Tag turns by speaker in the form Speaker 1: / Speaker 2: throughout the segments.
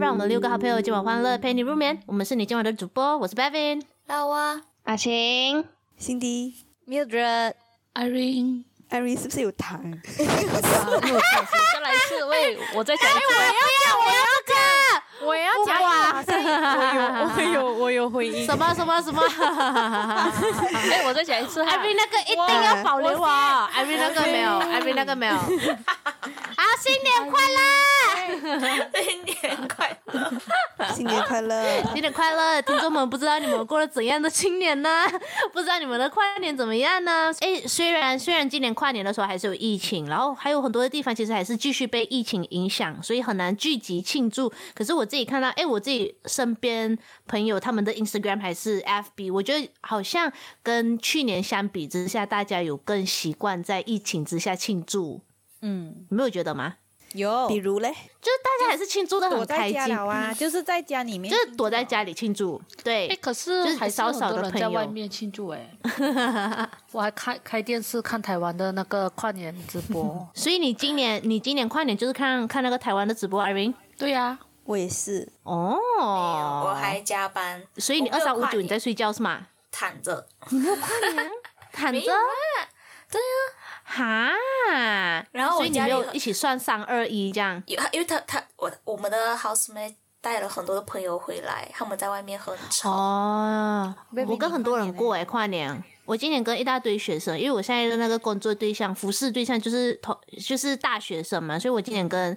Speaker 1: 让我们六个好朋友今晚欢乐陪你入眠。我们是你今晚的主播，我是 Bevin。
Speaker 2: 老蛙、
Speaker 3: 阿晴，
Speaker 4: Cindy、
Speaker 2: Mildred，
Speaker 5: Irene，
Speaker 4: 艾瑞是不是有糖？
Speaker 5: 再来一次，喂，我再讲一次。
Speaker 2: 我要讲哇，
Speaker 5: 我有我有回音，
Speaker 1: 什么什么什么？
Speaker 5: 哎，我再讲一次哈
Speaker 1: 艾。瑞那个一定要保留哦，艾瑞那个没有，艾瑞那个没有。好，新年快乐！
Speaker 2: 新年快乐！
Speaker 4: 新年快乐！
Speaker 1: 新年快乐，听众们！不知道你们过了怎样的新年呢？ 不知道你们的跨年怎么样呢？诶，虽然虽然今年跨年的时候还是有疫情，然后还有很多的地方其实还是继续被疫情影响，所以很难聚集庆祝。可是我自己看到，诶，我自己身边朋友他们的 Instagram 还是 FB，我觉得好像跟去年相比之下，大家有更习惯在疫情之下庆祝，
Speaker 2: 嗯，
Speaker 1: 你没有觉得吗？
Speaker 2: 有
Speaker 4: 比如嘞，
Speaker 1: 就是大家还是庆祝的
Speaker 2: 躲
Speaker 1: 很
Speaker 2: 在
Speaker 1: 开
Speaker 2: 家
Speaker 1: 心
Speaker 2: 了，啊，就是在家里面，
Speaker 1: 就是躲在家里庆祝，对。
Speaker 5: 哎，可是
Speaker 1: 就是
Speaker 5: 还是
Speaker 1: 少
Speaker 5: 很
Speaker 1: 少
Speaker 5: 多
Speaker 1: 的
Speaker 5: 人
Speaker 1: 朋
Speaker 5: 在外
Speaker 1: 友。
Speaker 5: 面庆祝哎。我还开开电视看台湾的那个跨年直播
Speaker 1: 所以你今年你今年跨年就是看看那个台湾的直播 Irene
Speaker 5: 对呀，
Speaker 4: 我也是。
Speaker 1: 哦，
Speaker 2: 我还加班，
Speaker 1: 所以你
Speaker 2: 我
Speaker 1: 二
Speaker 2: 没有
Speaker 1: 三五
Speaker 2: 跨
Speaker 1: 九你
Speaker 2: 年
Speaker 1: 在睡觉是吗？
Speaker 2: 躺着，
Speaker 1: 躺
Speaker 2: 没
Speaker 1: 着
Speaker 2: 有啊，对啊，
Speaker 1: 哈，
Speaker 2: 然后我
Speaker 1: 所以你
Speaker 2: 家
Speaker 1: 没
Speaker 2: 里
Speaker 1: 有
Speaker 2: 很
Speaker 1: 一起算三二一这样。
Speaker 2: 因为因为他他我我们的 housemate 带了很多的朋友回来，他们在外面很吵，
Speaker 1: 哦，
Speaker 5: Baby，
Speaker 1: 我跟
Speaker 5: 你
Speaker 1: 很多
Speaker 5: 跨
Speaker 1: 人
Speaker 5: 年
Speaker 1: 过哎、跨年。我今年跟一大堆学生，因为我现在的那个工作对象、服侍对象就是同就是大学生嘛，所以我今年跟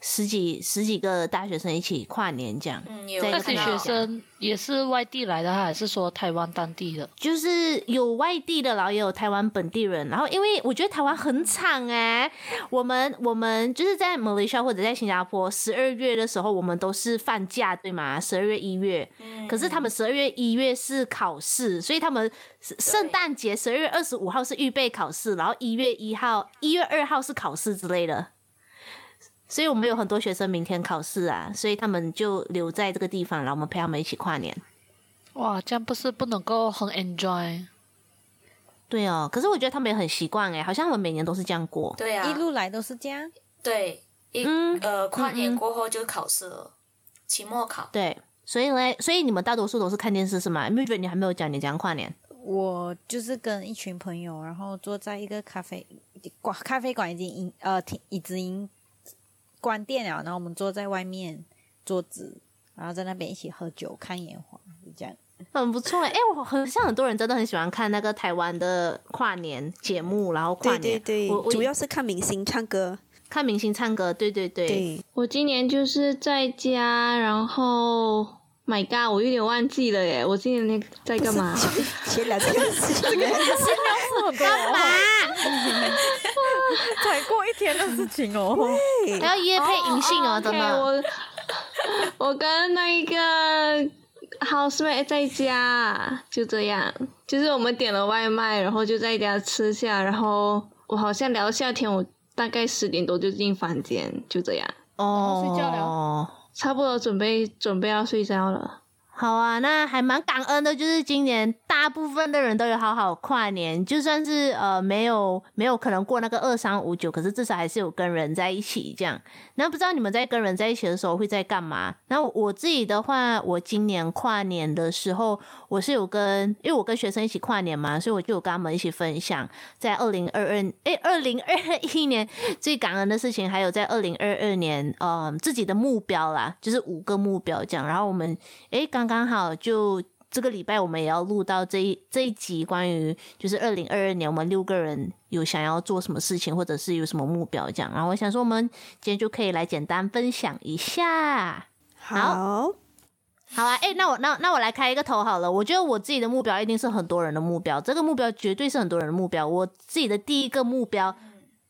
Speaker 1: 十几十几个大学生一起跨年这样。
Speaker 2: 嗯，有
Speaker 1: 在
Speaker 5: 那
Speaker 1: 哎看
Speaker 5: 些
Speaker 1: 到
Speaker 5: 学生也是外地来的哈，还是说台湾当地的？
Speaker 1: 就是有外地的，然后也有台湾本地人。然后因为我觉得台湾很惨哎、我们我们就是在马来西亚或者在新加坡，十二月的时候我们都是放假对吗？十二月一月，
Speaker 2: 嗯
Speaker 1: 可是他们十二月一月是考试，所以他们圣圣诞节十二月二十五号是预备考试，然后一月一号、一月二号是考试之类的。所以我们有很多学生明天考试啊，所以他们就留在这个地方，然后我们陪他们一起跨年。
Speaker 5: 哇，这样不是不能够很 enjoy？
Speaker 1: 对哦，可是我觉得他们也很习惯哎，好像他们每年都是这样过。
Speaker 2: 对啊
Speaker 4: 一，路来都是这样，
Speaker 2: 对一
Speaker 1: 嗯
Speaker 2: 呃跨
Speaker 1: 嗯
Speaker 2: 年
Speaker 1: 嗯
Speaker 2: 过后就考试了，期末考，
Speaker 1: 对，所以嘞，所以你们大多数都是看电视是吗？因为你还没有讲你怎样跨年
Speaker 4: 我就是跟一群朋友，然后坐在一个咖啡馆，咖啡馆已经营呃停已经关店了，然后我们坐在外面桌子，然后在那边一起喝酒看烟花，就这样。
Speaker 1: 很不错哎，诶我很像很多人真的很喜欢看那个台湾的跨年节目，然后跨
Speaker 4: 对
Speaker 1: 年，
Speaker 4: 对对
Speaker 1: 我，我
Speaker 4: 主要是看明星唱歌。
Speaker 1: 看明星唱歌，对对对，
Speaker 4: 对，
Speaker 3: 我今年就是在家，然后，My God，我有点忘记了耶，我今年在干嘛？
Speaker 4: 前两天是这个
Speaker 1: 干嘛？
Speaker 2: 才过一天的事情哦，
Speaker 1: 还要夜配银杏哦，真的。
Speaker 3: OK，我 我跟那一个 housemate 在家，就这样，就是我们点了外卖，然后就在家吃下，然后我好像聊夏天，我大概十点多就进房间，就这样，
Speaker 1: 哦，
Speaker 5: 睡觉
Speaker 3: 差不多准备准备要睡觉了。
Speaker 1: 好啊，那还蛮感恩的，就是今年大部分的人都有好好跨年，就算是呃没有没有可能过那个二三五九，可是至少还是有跟人在一起这样。那不知道你们在跟人在一起的时候会在干嘛？那我自己的话，我今年跨年的时候，我是有跟，因为我跟学生一起跨年嘛，所以我就有跟他们一起分享在二零二二 哎二零二一年最感恩的事情，还有在二零二二年嗯、自己的目标啦，就是五个目标这样。然后我们诶，刚刚好就这个礼拜我们也要录到这一这一集关于就是二零二二年我们六个人有想要做什么事情，或者是有什么目标这样。然后我想说，我们今天就可以来简单分享一下。好
Speaker 4: 好，
Speaker 1: 好啊，诶，那我那那我来开一个头好了。我觉得我自己的目标一定是很多人的目标，这个目标绝对是很多人的目标。我自己的第一个目标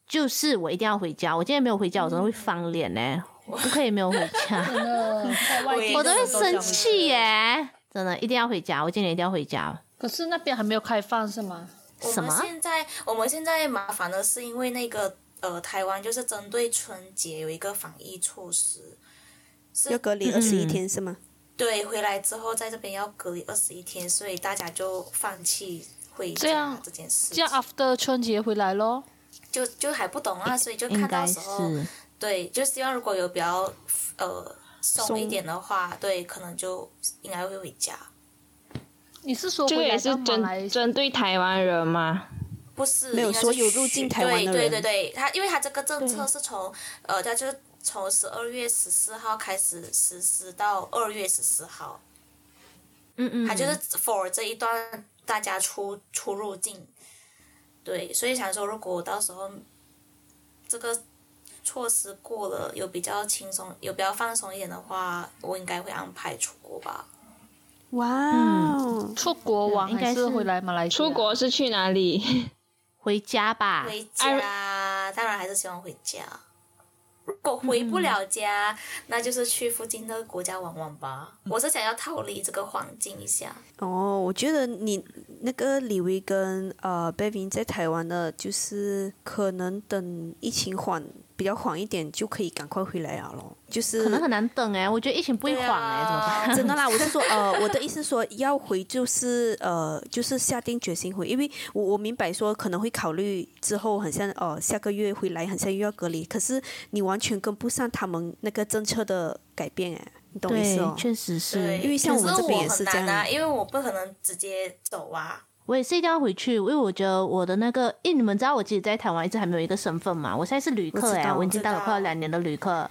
Speaker 1: 就是我一定要回家。我今天没有回家，我真的会翻脸呢、我不可以没有回家。
Speaker 2: 我也
Speaker 1: 我都会
Speaker 2: 是
Speaker 1: 生气耶、真的一定要回家，我今年一定要回家。
Speaker 5: 可是那边还没有开放是吗？
Speaker 1: 什么
Speaker 2: 我们现在我们现在麻烦的是，因为那个呃，台湾就是针对春节有一个防疫措施，
Speaker 4: 要隔离
Speaker 1: 嗯
Speaker 4: 二十一天是吗？
Speaker 2: 对，回来之后在这边要隔离二十一天，所以大家就放弃回
Speaker 5: 这
Speaker 2: 家
Speaker 5: 样
Speaker 2: 这件事
Speaker 5: 这样 after 春节回来咯。
Speaker 2: 就就还不懂啊，所以就
Speaker 1: 应
Speaker 2: 看
Speaker 1: 该
Speaker 2: 到时
Speaker 1: 是
Speaker 2: 候对，就希望如果有比较呃松一点的话，对，可能就应该会回家。
Speaker 5: 你是说
Speaker 3: 这个
Speaker 5: 回来
Speaker 3: 也
Speaker 5: 到
Speaker 3: 是
Speaker 5: 马来
Speaker 3: 针针对台湾人吗？
Speaker 2: 不是，
Speaker 6: 没有
Speaker 2: 应该
Speaker 6: 所
Speaker 2: 是
Speaker 6: 有入境
Speaker 2: 去
Speaker 6: 台湾的
Speaker 2: 对对对
Speaker 6: 人
Speaker 2: 对，他因为他这个政策是从呃，他就是从十二月十四号开始实施到二月十四号，
Speaker 1: 嗯嗯，
Speaker 2: 他就是 for 这一段大家出出入境。对，所以想说，如果到时候这个措施过了，有比较轻松，有比较放松一点的话，我应该会安排出国吧。
Speaker 4: 嗯
Speaker 6: 哇哦，
Speaker 5: 出国玩
Speaker 1: 应该
Speaker 5: 还
Speaker 1: 是
Speaker 5: 是回来马来西亚？
Speaker 3: 出国是去哪里？
Speaker 1: 回家
Speaker 6: 啊
Speaker 1: 吧。
Speaker 2: 回家，当然还是喜欢回家。
Speaker 6: 嗯
Speaker 2: 如果回不了家，那就是去附近的国家玩玩吧。我是想要逃离这个环境一下。
Speaker 6: 哦，我觉得你那个李维跟呃 Bevin 在台湾的，就是可能等疫情缓比较缓一点，就可以赶快回来了咯。就是
Speaker 1: 可能很难等哎、我觉得疫情不会
Speaker 2: 对
Speaker 1: 缓
Speaker 2: 啊
Speaker 1: 哎、怎么 办？
Speaker 6: 真的啦，我是说，呃，我的意思说要回就是呃，就是下定决心回，因为我我明白说可能会考虑之后，很像哦、呃下个月回来，很像又要隔离，可是你完全跟不上他们那个政策的改变，哎，你懂我意思哦
Speaker 1: 对，？确实是
Speaker 2: 对，
Speaker 6: 因为像
Speaker 2: 可
Speaker 6: 我们这边也是这样
Speaker 2: 我很难啊，因为我不可能直接走啊。
Speaker 1: 我也是一定要回去，因为我觉得我的那个，因为你们知道我自己在台湾一直还没有一个身份嘛，我现在是旅客
Speaker 6: 我
Speaker 1: 哎、
Speaker 6: 知道
Speaker 1: 我已经当了
Speaker 2: 我知道
Speaker 1: 快要两年的旅客，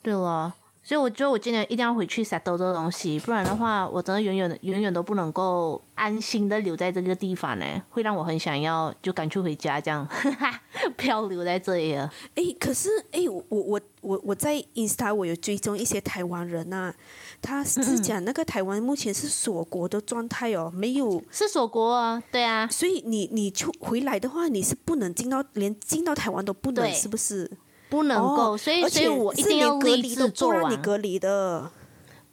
Speaker 1: 对了，所以我觉得我今年一定要回去 settle 这个东西，不然的话，我真的永远的永远都不能够安心的留在这个地方呢、欸会让我很想要就赶去回家这样， 漂流在这里了。
Speaker 6: 诶，可是诶，我我我我我在 Insta 我有追踪一些台湾人呐、他是讲那个台湾目前是锁国的状态哦，没有，
Speaker 1: 是锁国啊，对啊，
Speaker 6: 所以你你出回来的话，你是不能进到连进到台湾都不能，
Speaker 1: 对
Speaker 6: 是不是？
Speaker 1: 不能够，
Speaker 6: 哦
Speaker 1: 所以
Speaker 6: 而
Speaker 1: 哎所以
Speaker 6: 且
Speaker 1: 我一
Speaker 6: 是
Speaker 1: 定
Speaker 6: 连
Speaker 1: 要
Speaker 6: 隔
Speaker 1: 立
Speaker 6: 离
Speaker 1: 志
Speaker 6: 都
Speaker 1: 做
Speaker 6: 不让你
Speaker 1: 完，
Speaker 6: 隔离的，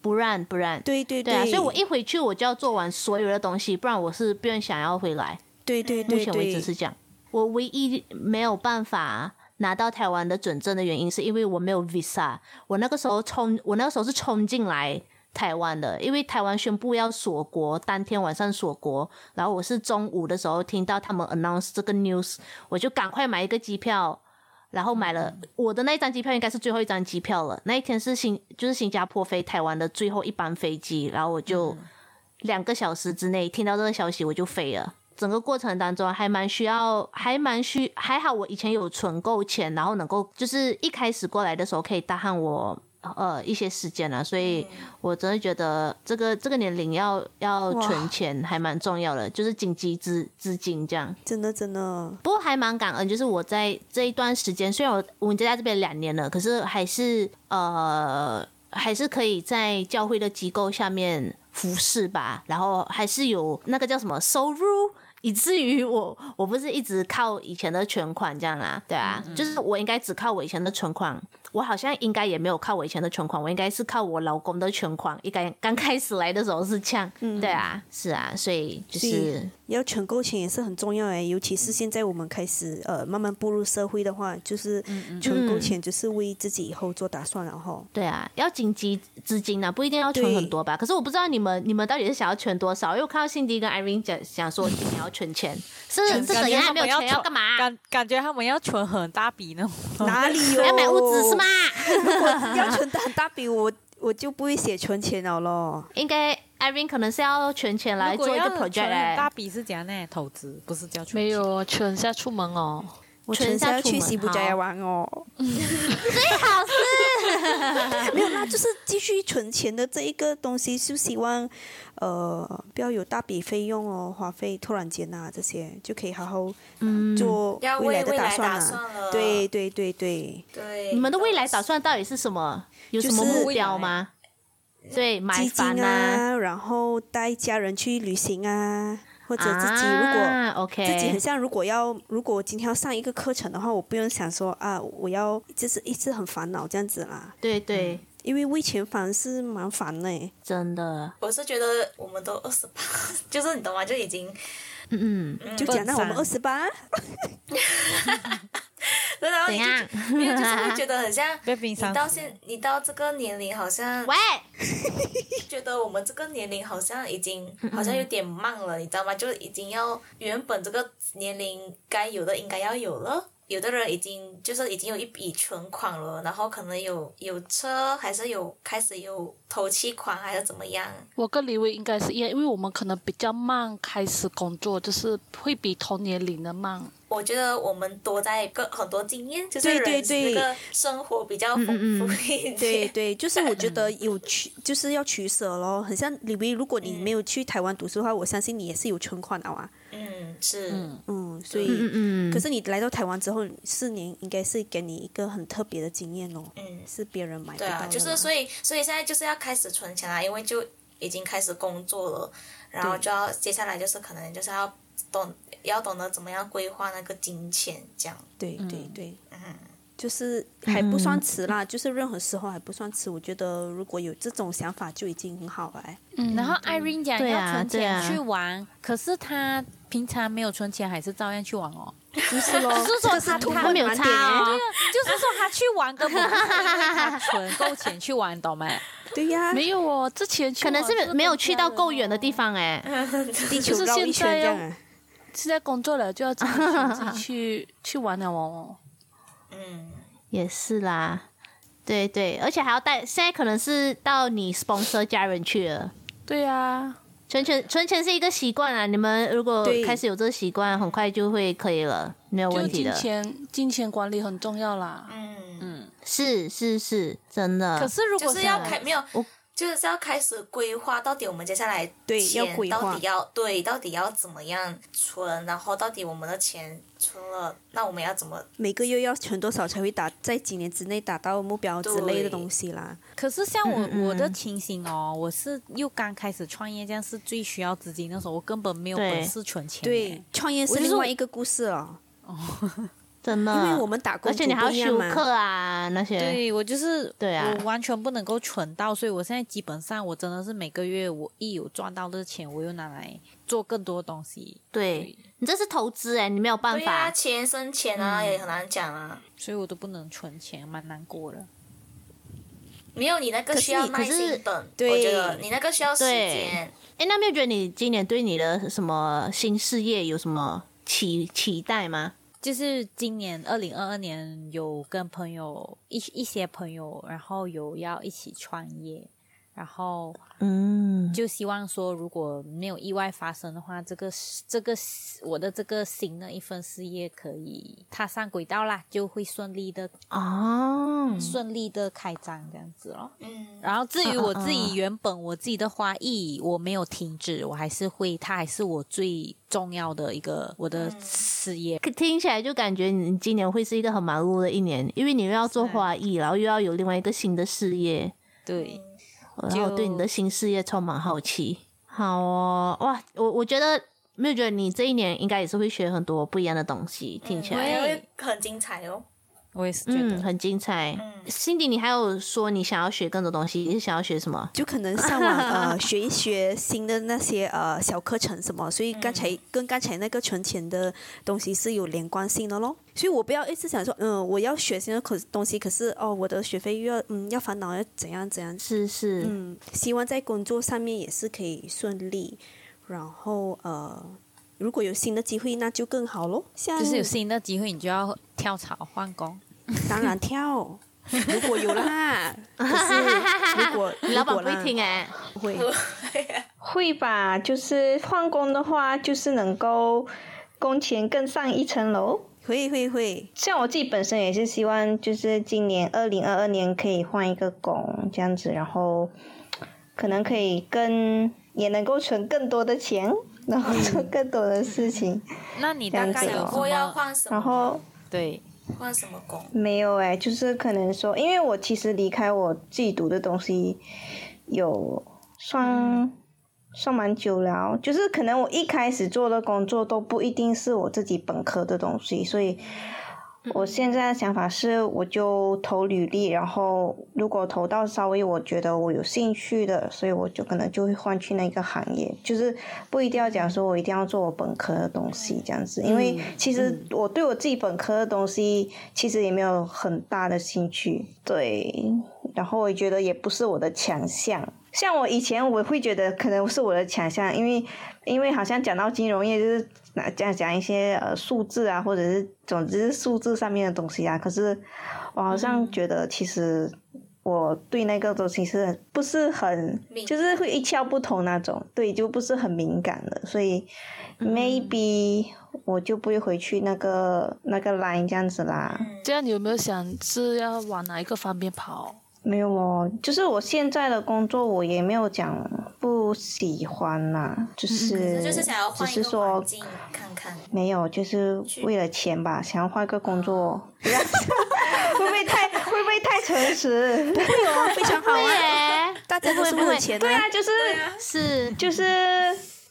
Speaker 1: 不让不让，
Speaker 6: 对对
Speaker 1: 对啊，所以我一回去我就要做完所有的东西，不然我是不愿想要回来。
Speaker 6: 对对
Speaker 1: 目
Speaker 6: 对
Speaker 1: 前为止
Speaker 6: 对，
Speaker 1: 是这样。我唯一没有办法拿到台湾的准证的原因，是因为我没有 visa。我那个时候冲，我那个时候是冲进来台湾的，因为台湾宣布要锁国，当天晚上锁国，然后我是中午的时候听到他们 announce 这个 news，我就赶快买一个机票。然后买了我的那一张机票，应该是最后一张机票了。那一天是新，就是新加坡飞台湾的最后一班飞机，然后我就两个小时之内听到这个消息，我就飞了。整个过程当中还蛮需要，还蛮需，还好我以前有存够钱，然后能够就是一开始过来的时候可以搭上我呃一些时间了，所以我真的觉得这个这个年龄要要存钱还蛮重要的，就是紧急资资金这样。
Speaker 6: 真的真的，
Speaker 1: 不过还蛮感恩，就是我在这一段时间，虽然我我已经在这边两年了，可是还是呃还是可以在教会的机构下面服侍吧，然后还是有那个叫什么收入。以至于我 我不是一直靠以前的存款这样啦，对啊，就是我应该只靠我以前的存款，我好像应该也没有靠我以前的存款，我应该是靠我老公的存款，应该刚开始来的时候是这样，对啊，是啊，所以就
Speaker 6: 所
Speaker 1: 是
Speaker 6: 以要存够钱也是很重要哎，尤其是现在我们开始呃慢慢步入社会的话，
Speaker 1: 嗯
Speaker 6: 就是存够钱就是为自己以后做打算了哈。
Speaker 1: 对啊，要紧急资金啊，不一定要存
Speaker 6: 对
Speaker 1: 很多吧。可是我不知道你们你们到底是想要存多少，因为我看到辛迪跟 Irene 讲讲说今年要存钱，是是
Speaker 4: 感
Speaker 1: 怎
Speaker 4: 觉
Speaker 1: 样
Speaker 4: 他
Speaker 1: 没有
Speaker 4: 们
Speaker 1: 钱要
Speaker 4: 存
Speaker 1: 干嘛？
Speaker 4: 感感觉他们要存很大笔呢。
Speaker 6: 哪里有？
Speaker 1: 要哎买屋
Speaker 6: 哦
Speaker 1: 子是吗？？
Speaker 6: 如果要存的很大笔，我我就不会写存钱了咯。
Speaker 1: 应该 Irene 可能是要存钱来
Speaker 4: 如果
Speaker 1: 做一个
Speaker 4: 要存
Speaker 1: project 哎
Speaker 4: 很大
Speaker 1: 来。
Speaker 4: 笔是怎样呢？投资不是叫存
Speaker 5: 没有哦，全下出门哦。
Speaker 6: 我
Speaker 1: 存
Speaker 6: 存
Speaker 1: 下
Speaker 6: 下
Speaker 1: 出
Speaker 6: 去
Speaker 1: 门
Speaker 6: 西部
Speaker 1: 好
Speaker 6: 家玩哦，
Speaker 1: 最好是
Speaker 6: 没有啦，就是继续存钱的这一个东西，就希望呃不要有大笔费用哦，花费突然间啊这些就可以好好
Speaker 1: 嗯
Speaker 6: 做
Speaker 2: 要为
Speaker 6: 来的
Speaker 2: 未来
Speaker 6: 算
Speaker 2: 打算
Speaker 6: 啊。
Speaker 2: 了
Speaker 6: 对对对对，
Speaker 2: 对，
Speaker 1: 你们的未来
Speaker 2: 到
Speaker 1: 打算到底是什么？有什
Speaker 6: 就是
Speaker 1: 么目标吗？对，买
Speaker 6: 基
Speaker 1: 房
Speaker 6: 金啊，然后带家人去旅行啊，或者自己如果。
Speaker 1: 啊 OK
Speaker 6: 自己很像，如果要如果我今天要上一个课程的话，我不用想说啊，我要就是一直很烦恼这样子啦，
Speaker 1: 对对，
Speaker 6: 因为为钱烦是蛮烦的欸。
Speaker 1: 真的，
Speaker 2: 我是觉得我们都二十八， 就是你懂吗？就已经
Speaker 1: 嗯嗯，
Speaker 6: 就讲到我们二十八，
Speaker 2: 然
Speaker 1: 嗯
Speaker 2: 后
Speaker 1: 怎
Speaker 2: 你就
Speaker 1: 样？
Speaker 2: 没有，就是会觉得 很像
Speaker 4: 被冰
Speaker 2: 你
Speaker 4: 上
Speaker 2: 到现你到这个年龄，好像
Speaker 1: 喂，
Speaker 2: 觉得我们这个年龄好像已经
Speaker 6: 嗯
Speaker 2: 好像有点慢了，你知道吗？就是已经要原本这个年龄该有的应该要有了，有的人已经就是已经有一笔存款了，然后可能有有车，还是有开始有头期款，还是怎么样？
Speaker 5: 我跟李薇应该是一样，因为我们可能比较慢开始工作，就是会比同年龄的慢。
Speaker 2: 我觉得我们多在个很多经验，就是
Speaker 6: 对对
Speaker 2: 人
Speaker 6: 对嗯
Speaker 2: 那个生活比较丰富一点。
Speaker 6: 对对，就是我觉得有取，就是要取舍咯。很像李薇，如果你没有去台湾读书的话，我相信你也是有存款的啊。
Speaker 2: 嗯，是，
Speaker 6: 嗯，所
Speaker 1: 嗯
Speaker 6: 以，
Speaker 1: 嗯，
Speaker 6: 可是你来到台湾之后，四年应该是给你一个很特别的经验哦，
Speaker 2: 嗯，
Speaker 6: 是别人买不
Speaker 2: 对
Speaker 6: 到的啦。
Speaker 2: 啊，就是所以所以现在就是要开始存钱啦，因为就已经开始工作了，然后
Speaker 6: 对
Speaker 2: 就要接下来就是可能就是要懂要懂得怎么样规划那个金钱这样。
Speaker 6: 对对对，嗯就是还不算迟啦，就是任何时候还不算迟。我觉得如果有这种想法就已经很好了、 哎。
Speaker 7: 然后 Irene 讲
Speaker 1: 对
Speaker 7: 要
Speaker 1: 啊
Speaker 7: 存
Speaker 1: 对啊
Speaker 7: 钱去玩，可是她平常没有存钱，还是照样去玩哦。
Speaker 6: 就是咯，
Speaker 7: 只是说
Speaker 6: 这个是
Speaker 7: 他
Speaker 6: 突
Speaker 7: 他
Speaker 6: 破
Speaker 1: 没有
Speaker 6: 难
Speaker 1: 差
Speaker 6: 点哎
Speaker 1: 哦，
Speaker 7: 就是说她去玩根本不是因为她存够钱去玩，懂吗？
Speaker 6: 欸对呀、
Speaker 5: 没有哦，之前去
Speaker 1: 可能
Speaker 5: 玩
Speaker 1: 是
Speaker 5: 日
Speaker 1: 没有
Speaker 5: 本
Speaker 1: 去
Speaker 5: 家
Speaker 1: 到
Speaker 5: 人
Speaker 1: 够
Speaker 5: 哦
Speaker 1: 远的地，方哎、
Speaker 6: 地球
Speaker 5: 就是
Speaker 6: 绕一
Speaker 5: 现
Speaker 6: 圈
Speaker 5: 在
Speaker 6: 这样、
Speaker 5: 要
Speaker 6: 啊。
Speaker 5: 现在工作了就要自己选自己 去去玩了哦。
Speaker 2: 嗯，
Speaker 1: 也是啦。对对，而且还要带，现在可能是到你 sponsor 家人去了。
Speaker 5: 对啊，
Speaker 1: 存钱存钱是一个习惯啊，你们如果
Speaker 6: 对
Speaker 1: 开始有这个习惯，很快就会可以了，没有
Speaker 5: 就
Speaker 1: 问题
Speaker 5: 金
Speaker 1: 的。
Speaker 5: 钱金钱管理很重要啦。
Speaker 1: 嗯是是是，真
Speaker 7: 可
Speaker 1: 的。
Speaker 7: 是如
Speaker 2: 就
Speaker 7: 果
Speaker 2: 是要
Speaker 7: 想
Speaker 2: 开没有，就是要开始规划，到底我们接下来
Speaker 6: 对
Speaker 2: 钱
Speaker 6: 要规划
Speaker 2: 到底要对，到底要怎么样存，然后到底我们的钱存了，那我们要怎么？
Speaker 6: 每个月要存多少才会达在几年之内达到目标之类的
Speaker 2: 对
Speaker 6: 东西啦。
Speaker 7: 可是像我我的情形哦，我是又刚开始创业，这样是最需要资金的时候，我根本没有
Speaker 1: 对
Speaker 7: 本事存钱。
Speaker 6: 对，，创业是
Speaker 7: 我就
Speaker 6: 另
Speaker 7: 说
Speaker 6: 外一个故事哦，
Speaker 1: 真的，
Speaker 6: 因为我们打
Speaker 1: 嗯
Speaker 6: 工
Speaker 1: 而且你
Speaker 6: 族
Speaker 1: 还要
Speaker 6: 不一样
Speaker 1: 休
Speaker 6: 嘛
Speaker 1: 课啊那些。
Speaker 7: 对我就是
Speaker 1: 对啊
Speaker 7: 我完全不能够存到，所以我现在基本上我真的是每个月我一有赚到的钱，我又拿来做更多东西，
Speaker 1: 对你这是投资哎、你没有办
Speaker 2: 对呀、
Speaker 1: 法。嗯
Speaker 2: 钱生钱啊，也很难讲啊。
Speaker 7: 所以我都不能存钱，蛮难过的。
Speaker 2: 没有你那个
Speaker 1: 可是
Speaker 2: 需要
Speaker 1: 你可
Speaker 2: 耐
Speaker 1: 是
Speaker 2: 心等，我
Speaker 6: 对
Speaker 2: 觉得你那个需要时
Speaker 1: 对
Speaker 2: 间。
Speaker 1: 哎、那没有觉得你今年对你的什么新事业有什么期期待吗？
Speaker 7: 就是今年二零二二年有跟朋友一一些朋友，然后有要一起创业，然后
Speaker 1: 嗯，
Speaker 7: 就希望说，如果没有意外发生的话，这个这个我的这个新的一份事业可以踏上轨道啦，就会顺利的
Speaker 1: 哦，
Speaker 7: 顺利的开张这样子咯。
Speaker 2: 嗯，
Speaker 7: 然后至于我自己原本我自己的花艺，我没有停止，我还是会，它还是我最重要的一个我的事业。
Speaker 1: 可听起来就感觉你今年会是一个很忙碌的一年，因为你又要做花艺，然后又要有另外一个新的事业，
Speaker 8: 嗯
Speaker 1: 呃
Speaker 7: 对，
Speaker 1: 然后我对你的新事业充满好奇。好哦，哇，我我觉得没有觉得你这一年应该也是会学很多不一样的东西，听起
Speaker 2: 我
Speaker 1: 来
Speaker 2: 觉得会很精彩哦。
Speaker 7: 我也是觉
Speaker 1: 嗯
Speaker 7: 得。
Speaker 1: 很精彩。辛迪，你还有说你想要学更多东西，你是想要学什么？
Speaker 6: 就可能上网呃学一学新的那些呃小课程什么，所以刚才、跟刚才那个存钱的东西是有连贯性的咯。所以我不要一直想说，嗯，我要学新的可东西，可是哦，我的学费又要嗯要烦恼要怎样怎样。
Speaker 1: 是是，
Speaker 6: 嗯，希望在工作上面也是可以顺利，然后呃，如果有新的机会那就更好咯。像
Speaker 7: 就是
Speaker 8: 嗯
Speaker 7: 有新的机会，你就要跳槽换工。
Speaker 6: 当然 跳，如果有啦，可是如果
Speaker 1: 你老板不
Speaker 6: 如果啦
Speaker 1: 会听哎、
Speaker 6: 不会。
Speaker 8: 会吧，就是换工的话，就是能够工钱更上一层楼。
Speaker 6: 会会会，
Speaker 8: 像我自己本身也是希望，就是今年二零二二年可以换一个工这样子，然后可能可以更也能够存更多的钱，然后做更多的事情。
Speaker 7: 那你大概
Speaker 8: 这
Speaker 7: 有
Speaker 8: 样子
Speaker 7: 什
Speaker 8: 哦
Speaker 2: 我要
Speaker 7: 么？
Speaker 2: 换什
Speaker 8: 然
Speaker 2: 么？
Speaker 8: 后
Speaker 7: 对，
Speaker 2: 换什么工？
Speaker 8: 没有哎、就是可能说，因为我其实离开我自己读的东西有算、算蛮久了，就是可能我一开始做的工作都不一定是我自己本科的东西，所以我现在的想法是，我就投履历，然后如果投到稍微我觉得我有兴趣的，所以我就可能就会换去那个行业，就是不一定要讲说我一定要做我本科的东西这样子，因为其实我对我自己本科的东西其实也没有很大的兴趣，对，然后我也觉得也不是我的强项，像我以前我会觉得可能是我的强项，因为因为好像讲到金融业就是拿讲讲一些呃数字啊，或者是总之是数字上面的东西啊。可是我好像觉得其实我对那个东西是很不是很
Speaker 2: 敏
Speaker 8: 就是会一窍不通那种，对，就不是很敏感的，所以 maybe、我就不会回去那个那个 line 这样子啦。
Speaker 5: 这样你有没有想是要往哪一个方面跑？
Speaker 8: 没有哦，就是我现在的工作，我也没有讲不喜欢啦，就是、
Speaker 2: 嗯就是想要
Speaker 8: 只
Speaker 2: 换一
Speaker 8: 是
Speaker 2: 个环
Speaker 8: 说
Speaker 2: 境看看。
Speaker 8: 没有，就是
Speaker 2: 去啊
Speaker 8: 为了钱吧，想要换个工作，不要 会不会太会不会太诚实？
Speaker 6: 对哦，非常好啊，
Speaker 1: 耶，
Speaker 6: 大家都是为了钱
Speaker 8: 对
Speaker 6: 啊。
Speaker 8: 啊，就是
Speaker 1: 是
Speaker 8: 就是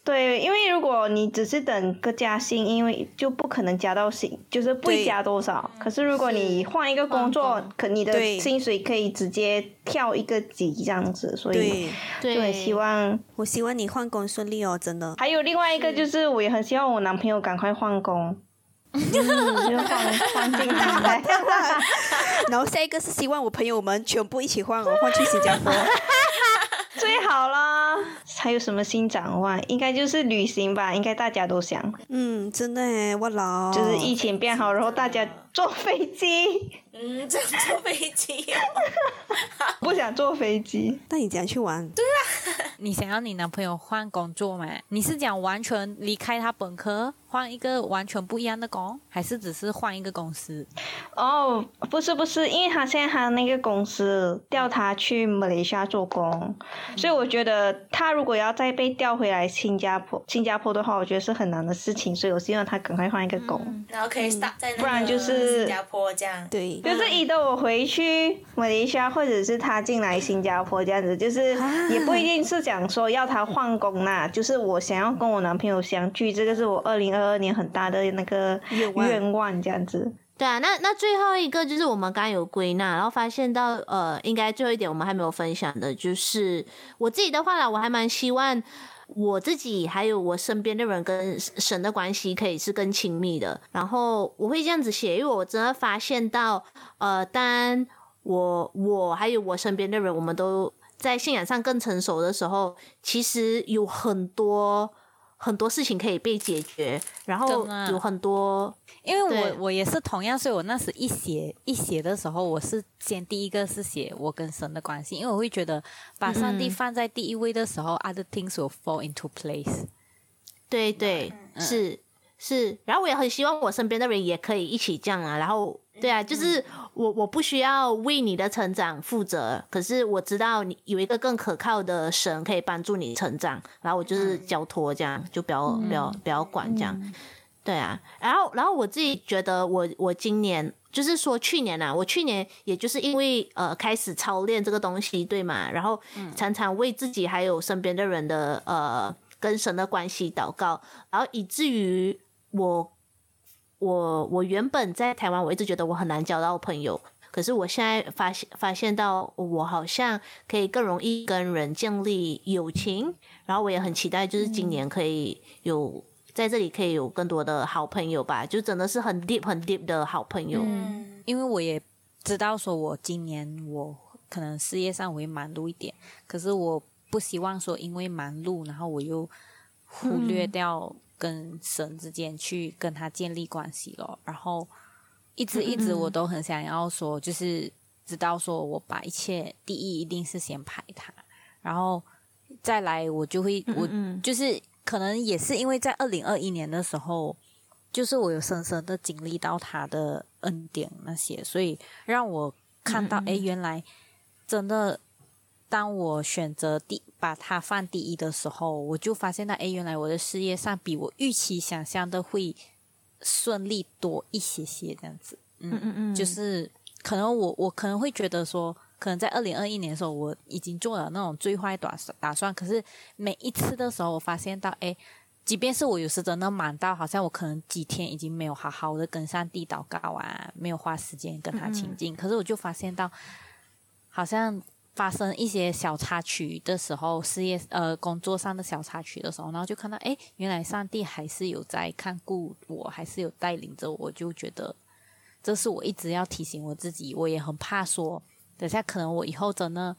Speaker 8: 对，因为如果你只是等个加薪，因为就不可能加到薪，就是不会
Speaker 6: 对
Speaker 8: 加多少。可是如果你换一个工作，可你的
Speaker 6: 对
Speaker 8: 薪水可以直接跳一个级这样子，所以
Speaker 6: 对，
Speaker 8: 对，希望
Speaker 6: 我希望你换工顺利哦，真的。
Speaker 8: 还有另外一个就是，我也很希望我男朋友赶快换工，就是换换进来。
Speaker 6: 然后下一个是希望我朋友们全部一起换哦，换去新加坡。
Speaker 8: 最好啦。还有什么新展望？应该就是旅行吧，应该大家都想，
Speaker 6: 嗯，真的诶，我老
Speaker 8: 就是疫情变好，然后大家坐飞机，
Speaker 2: 嗯，这样坐飞机哦，
Speaker 8: 不想坐飞机。
Speaker 6: 那你怎样去玩？
Speaker 7: 你想要你男朋友换工作吗？你是讲完全离开他本科，换一个完全不一样的工，还是只是换一个公司？
Speaker 8: 哦，不是不是，因为他现在他那个公司调他去马来西亚做工，所以我觉得他如果要再被调回来新加坡，新加坡的话，我觉得是很难的事情，所以我希望他赶快换一个工。
Speaker 2: 然后可以 start 在那
Speaker 8: 嗯不然
Speaker 2: 个
Speaker 8: 就是
Speaker 2: 新加坡这样。
Speaker 6: 对，
Speaker 8: 就是一等我回去马来西亚，或者是他进来新加坡这样子，就是也不一定是讲说要他换工啦，就是我想要跟我男朋友相聚，这个是我二零二二年很大的那个
Speaker 6: 愿望
Speaker 8: 愿望这样子。
Speaker 1: 对啊，那那最后一个就是我们刚刚有归纳，然后发现到呃，应该最后一点我们还没有分享的，就是我自己的话啦，我还蛮希望我自己还有我身边的人跟神的关系可以是更亲密的。然后我会这样子写，因为我真的发现到呃，当我我还有我身边的人，我们都在信仰上更成熟的时候，其实有很多很多事情可以被解决，然后
Speaker 7: 真的
Speaker 1: 有很多
Speaker 7: 因为
Speaker 1: 对
Speaker 7: 我我也是同样，所以我那时一写一写的时候，我是先第一个是写我跟神的关系，因为我会觉得把上
Speaker 8: 嗯
Speaker 7: 帝放在第一位的时候、o t h e r things will fall into place。
Speaker 1: 对对，是是。然后我也很希望我身边的人也可以一起这样啊。然后对啊，就是我我不需要为你的成长负责，可是我知道你有一个更可靠的神可以帮助你成长，然后我就是交托这样，就不要不要不要管这样。对啊，然后然后我自己觉得我我今年就是说去年啊，我去年也就是因为呃开始操练这个东西，对嘛，然后常常为自己还有身边的人的呃跟神的关系祷告，然后以至于我我我原本在台湾，我一直觉得我很难交到朋友。可是我现在发现发现到，我好像可以更容易跟人建立友情，然后我也很期待，就是今年可以有在这里可以有更多的好朋友吧，就真的是很 deep 很 deep 的好朋友。
Speaker 2: 嗯，
Speaker 7: 因为我也知道说，我今年我可能事业上我会忙碌一点，可是我不希望说因为忙碌，然后我又忽略掉跟神之间去跟他建立关系咯。然后一直一直我都很想要说，就是知道说我把一切第一一定是先排他，然后再来我就会
Speaker 1: 嗯
Speaker 7: 我就是可能也是因为在二零二一年的时候，就是我有深深的经历到他的恩典那些，所以让我看到，诶，原来真的，当我选择第把它放第一的时候，我就发现到，诶，原来我的事业上比我预期想象的会顺利多一些些，这样子，嗯嗯嗯，就是可能我我可能会觉得说。可能在二零二一年的时候，我已经做了那种最坏打算打算。可是每一次的时候，我发现到，诶。即便是我有时真的忙到，好像我可能几天已经没有好好的跟上帝祷告啊，没有花时间跟他亲近，可是我就发现到，好像发生一些小插曲的时候，事业呃工作上的小插曲的时候，然后就看到，哎，原来上帝还是有在看顾我，还是有带领着我，我就觉得这是我一直要提醒我自己，我也很怕说，等下可能我以后真的。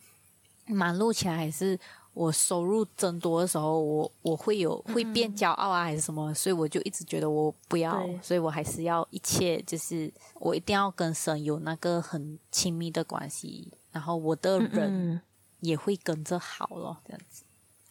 Speaker 7: 忙碌起来，还是我收入增多的时候，我我会有会变骄傲啊，还是什么？所以我就一直觉得我不要
Speaker 1: 对，
Speaker 7: 所以我还是要一切就是我一定要跟神有那个很亲密的关系，然后我的人
Speaker 1: 嗯，
Speaker 7: 也会跟着好咯，这样子。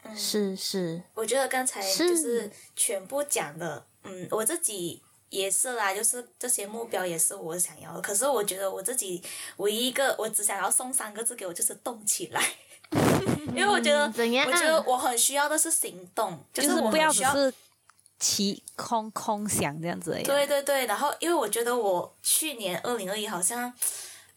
Speaker 2: 嗯，
Speaker 1: 是是，
Speaker 2: 我觉得刚才
Speaker 1: 是
Speaker 2: 就是全部讲的，嗯，我自己也是啦，就是这些目标也是我想要的。可是我觉得我自己唯一一个，我只想要送三个字给我，就是动起来。 因为我觉
Speaker 8: 嗯
Speaker 2: 得，
Speaker 1: 怎样
Speaker 2: 我觉得我很需要的是行动，就
Speaker 7: 就是
Speaker 2: 我
Speaker 7: 不要
Speaker 2: 很需
Speaker 7: 只
Speaker 2: 要
Speaker 7: 是其空空想这样子而已。啊
Speaker 2: 对对对，然后因为我觉得我去年二零二一好像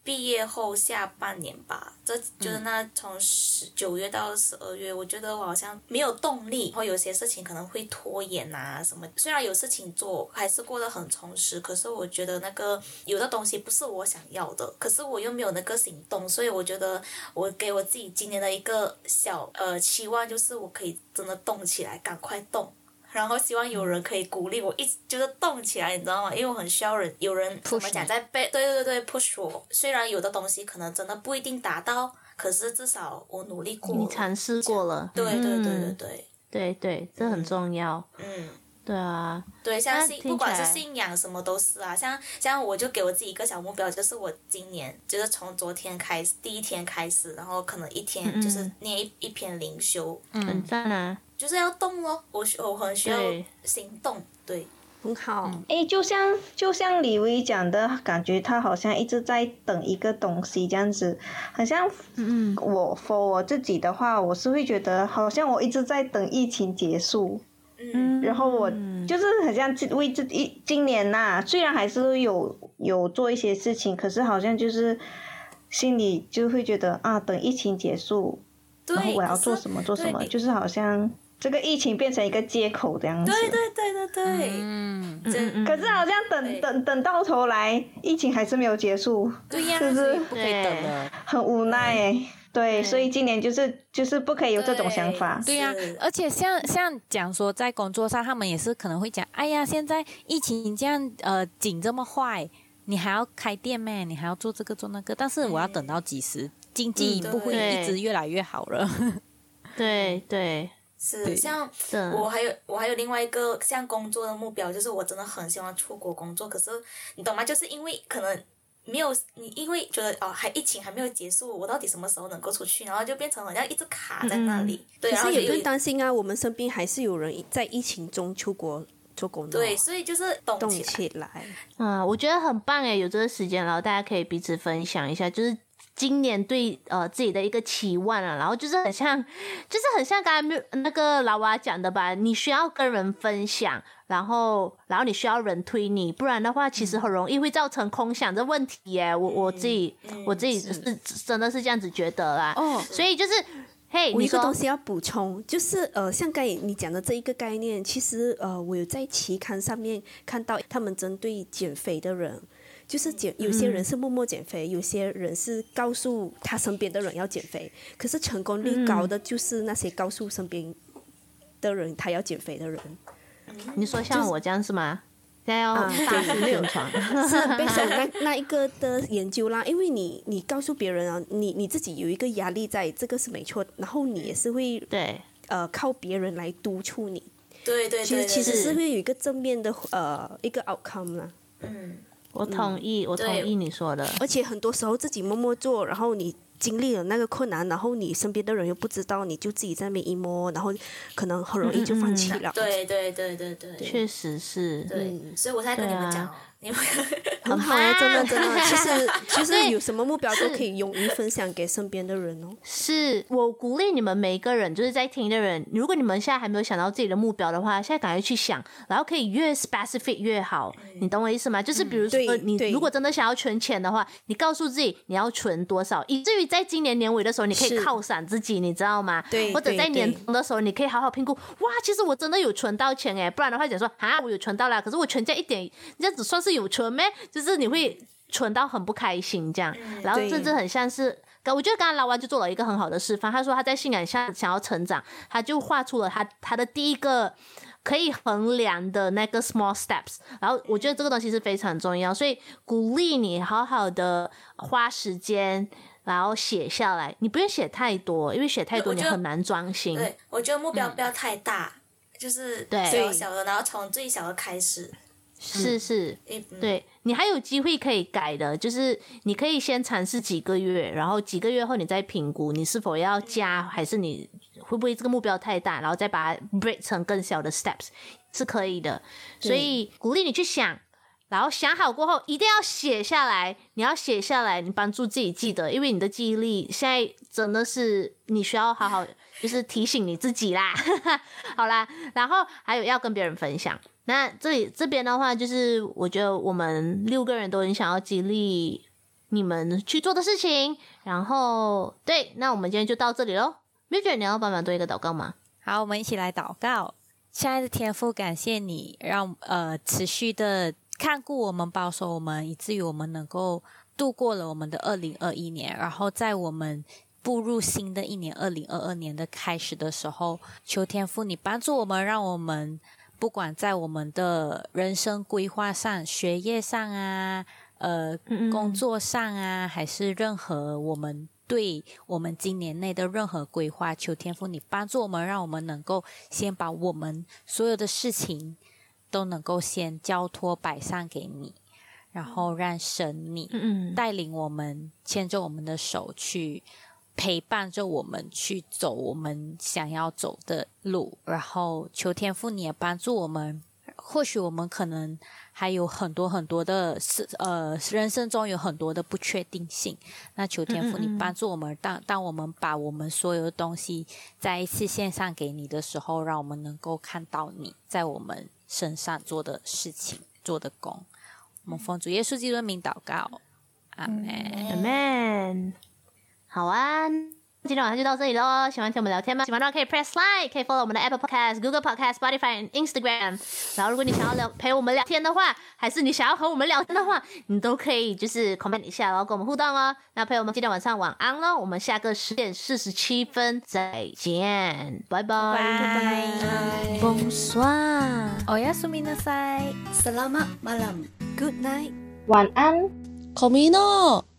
Speaker 2: 毕业后下半年吧，这就是那从十九月到十二月，我觉得我好像没有动力，然后有些事情可能会拖延啊什么。虽然有事情做，还是过得很充实，可是我觉得那个有的东西不是我想要的，可是我又没有那个行动，所以我觉得我给我自己今年的一个小呃期望就是我可以真的动起来，赶快动。然后希望有人可以鼓励我，一直就是动起来，你知道吗？因为我很需要人，有人怎么讲在背，对对对对，push 我。虽然有的东西可能真的不一定达到，可是至少我努力过
Speaker 1: 你
Speaker 2: 了。
Speaker 1: 尝试过了，
Speaker 2: 对对对对
Speaker 1: 嗯
Speaker 2: 对，
Speaker 1: 对对，这很重要，
Speaker 2: 嗯，
Speaker 1: 对啊，
Speaker 2: 对，像
Speaker 1: 那
Speaker 2: 信
Speaker 1: 听
Speaker 2: 不管
Speaker 1: 起
Speaker 2: 是
Speaker 1: 来
Speaker 2: 信仰什么都是啊，像像我就给我自己一个小目标，就是我今年就是从昨天开始第一天开始，然后可能一天就是
Speaker 1: 嗯
Speaker 2: 念一、一篇灵修，
Speaker 7: 嗯
Speaker 1: 很赞啊，
Speaker 2: 就是要动咯。我需我很需要
Speaker 1: 对
Speaker 2: 行动，对，
Speaker 6: 很好。
Speaker 8: 诶，就像就像李威讲的，感觉他好像一直在等一个东西这样子，好像
Speaker 1: 嗯
Speaker 8: 我 for 我自己的话，我是会觉得好像我一直在等疫情结束，
Speaker 2: 嗯
Speaker 1: 嗯，
Speaker 8: 然后我
Speaker 1: 嗯
Speaker 8: 就是很像自为自己今年呐、虽然还是有有做一些事情，可是好像就是心里就会觉得啊，等疫情结束，
Speaker 2: 对。
Speaker 8: 然后我要
Speaker 2: 可是
Speaker 8: 做什么做什
Speaker 2: 对
Speaker 8: 么，
Speaker 2: 你
Speaker 8: 就是好像这个疫情变成一个借口这样子。
Speaker 2: 对对对对对，
Speaker 7: 嗯，
Speaker 1: 嗯嗯
Speaker 8: 可是好像
Speaker 2: 对
Speaker 8: 等等等到头来，疫情还是没有结束，
Speaker 2: 对呀、
Speaker 8: 是不是
Speaker 7: 不可以等了。
Speaker 8: 很无奈哎、对，所以今年就是就是不可以有这种想法。
Speaker 7: 对呀、
Speaker 2: 是
Speaker 7: 而且像像讲说在工作上，他们也是可能会讲，哎呀，现在疫情这样呃紧这么坏，你还要开店咩？你还要做这个做那个，但是我要等到几时？经济
Speaker 2: 嗯
Speaker 7: 不会
Speaker 1: 对
Speaker 7: 一直越来越好了。
Speaker 1: 对对
Speaker 2: 是
Speaker 7: 对
Speaker 2: 像
Speaker 6: 嗯
Speaker 1: 的，
Speaker 2: 我还有我还有另外一个像工作的目标，就是我真的很喜欢出国工作，可是你懂吗？就是因为可能没有你，因为觉得哦，还疫情还没有结束，我到底什么时候能够出去？然后就变成好像一直卡在那里。对，
Speaker 6: 可
Speaker 2: 然后
Speaker 6: 是也不
Speaker 2: 就
Speaker 6: 用
Speaker 2: 有
Speaker 6: 担心啊，我们身边还是有人在疫情中出国做工作，
Speaker 2: 对，所以就是懂
Speaker 6: 动
Speaker 2: 起来。
Speaker 6: 起来。
Speaker 1: 嗯，我觉得很棒诶，有这个时间，然后大家可以彼此分享一下，就是今年对呃自己的一个期望啊，然后就是很像，就是很像刚才没有那个老娃讲的吧，你需要跟人分享，然后然后你需要人推你，不然的话其
Speaker 6: 嗯
Speaker 1: 实很容易会造成空想的问题耶。我我自己、我自己是真的是这样子觉得啦，
Speaker 6: 嗯哦
Speaker 1: 所以就是嘿，
Speaker 6: 我
Speaker 1: 你
Speaker 6: 有一个
Speaker 1: 说
Speaker 6: 东西要补充，就是呃，像刚才你讲的这一个概念，其实呃，我有在期刊上面看到他们针对减肥的人，就是减有些人是默默减肥，有些人是告诉他身边的人要减肥，可是成功率高的就是那些告诉身边的人他要减肥的人，
Speaker 1: 你说像我这样是吗？现在要
Speaker 6: 啊
Speaker 1: 大肆
Speaker 6: 对
Speaker 1: 宣传，
Speaker 6: 是 based on 那那一个的研究啦，因为你你告诉别人啊，你你自己有一个压力在，这个是没错，然后你也是会
Speaker 1: 对，
Speaker 6: 呃靠别人来督促你。
Speaker 2: 对对
Speaker 6: 其
Speaker 2: 对
Speaker 6: 实其
Speaker 2: 对
Speaker 6: 实
Speaker 2: 对，
Speaker 6: 是会有一个正面的呃一个 outcome 啦，
Speaker 2: 嗯，
Speaker 1: 我同意，我同
Speaker 2: 对
Speaker 1: 意你说的。
Speaker 6: 而且很多时候自己默默做，然后你经历了那个困难，然后你身边的人又不知道，你就自己在那边 emo，然后可能很容易就放弃了。
Speaker 2: 嗯对对对对对对，
Speaker 1: 确实是，
Speaker 6: 嗯
Speaker 2: 所以我才跟你们讲、哦，你们
Speaker 6: 很好哎、
Speaker 1: 很棒
Speaker 6: 真的真的，其实 其
Speaker 1: 对
Speaker 6: 实有什么目标都可以勇于分享给身边的人哦。
Speaker 1: 是我鼓励你们每一个人，就是在听的人，如果你们现在还没有想到自己的目标的话，现在赶快去想，然后可以越 specific 越好，你懂我意思吗？就是比如说，
Speaker 6: 嗯对
Speaker 1: 呃你
Speaker 6: 对
Speaker 1: 如果真的想要存钱的话，你告诉自己你要存多少，以至于在今年年尾的时候，你可以
Speaker 6: 是
Speaker 1: 犒赏自己，你知道吗？
Speaker 6: 对
Speaker 1: 或者
Speaker 6: 对
Speaker 1: 在年
Speaker 6: 对
Speaker 1: 终的时候，你可以好好评估，哇，其实我真的有存到钱哎，不然的话讲说啊，我有存到啦，可是我存这样一点，这样子算是有存咩？就是你会存到很不开心这样，
Speaker 2: 嗯
Speaker 1: 然后
Speaker 6: 对
Speaker 1: 甚至很像是。刚我觉得刚刚老王就做了一个很好的示范，他说他在信仰下想要成长，他就画出了他他的第一个可以衡量的那个 small steps，然后我觉得这个东西是非常重要，所以鼓励你好好的花时间然后写下来。你不用写太多，因为写太多
Speaker 2: 我
Speaker 1: 你
Speaker 2: 觉得
Speaker 1: 很难专心。
Speaker 2: 对，嗯我觉得目标不要太大，就是
Speaker 1: 对
Speaker 2: 小小的，然后从最小的开始。
Speaker 1: 是是，
Speaker 2: 诶，嗯，
Speaker 1: 对你还有机会可以改的，就是你可以先尝试几个月，然后几个月后你再评估你是否要加，还是你会不会这个目标太大，然后再把它 break 成更小的 steps 是可以的。所以鼓励你去想，然后想好过后一定要写下来，你要写下来，你帮助自己记得，因为你的记忆力现在真的是你需要好好就是提醒你自己啦。 好啦，然后还有要跟别人分享。那这里这边的话，就是我觉得我们六个人都很想要激励你们去做的事情。然后，对，那我们今天就到这里喽。m i r 你要帮忙做一个祷告吗？
Speaker 7: 好，我们一起来祷告。亲爱的天父，感谢你让呃持续的看顾我们、保守我们，以至于我们能够度过了我们的二零二一年。然后在我们步入新的一年二零二二年的开始的时候，求天父你帮助我们，让我们不管在我们的人生规划上、学业上啊，呃，工作上啊，还是任何我们对我们今年内的任何规划，求天父你帮助我们，让我们能够先把我们所有的事情都能够先交托摆上给你，然后让神你
Speaker 1: 嗯
Speaker 7: 带领我们，牵着我们的手去陪伴着我们去走我们想要走的路，然后求天父你也帮助我们。或许我们可能还有很多很多的事，呃，人生中有很多的不确定性。那求天父，你帮助我们，当当我们把我们所有的东西再一次献上给你的时候，让我们能够看到你在我们身上做的事情、做的工。我们奉主耶稣基督的名祷告，阿门。
Speaker 1: ，Amen。好啊，今天晚上就到这里喽。喜欢听我们聊天吗？喜欢的话可以 press like，可以 follow 我们的 Apple Podcast、Google Podcast、Spotify、Instagram。然后，如果你想要聊陪我们聊天的话，还是你想要和我们聊天的话，你都可以就是 comment 一下，然后跟我们互动哦。那陪我们今天晚上晚安喽，我们下个十点四十七分再见，拜拜。
Speaker 7: 哦呀，苏米纳塞。
Speaker 6: Selamat malam. Good night.
Speaker 8: 晚安。
Speaker 7: Comino。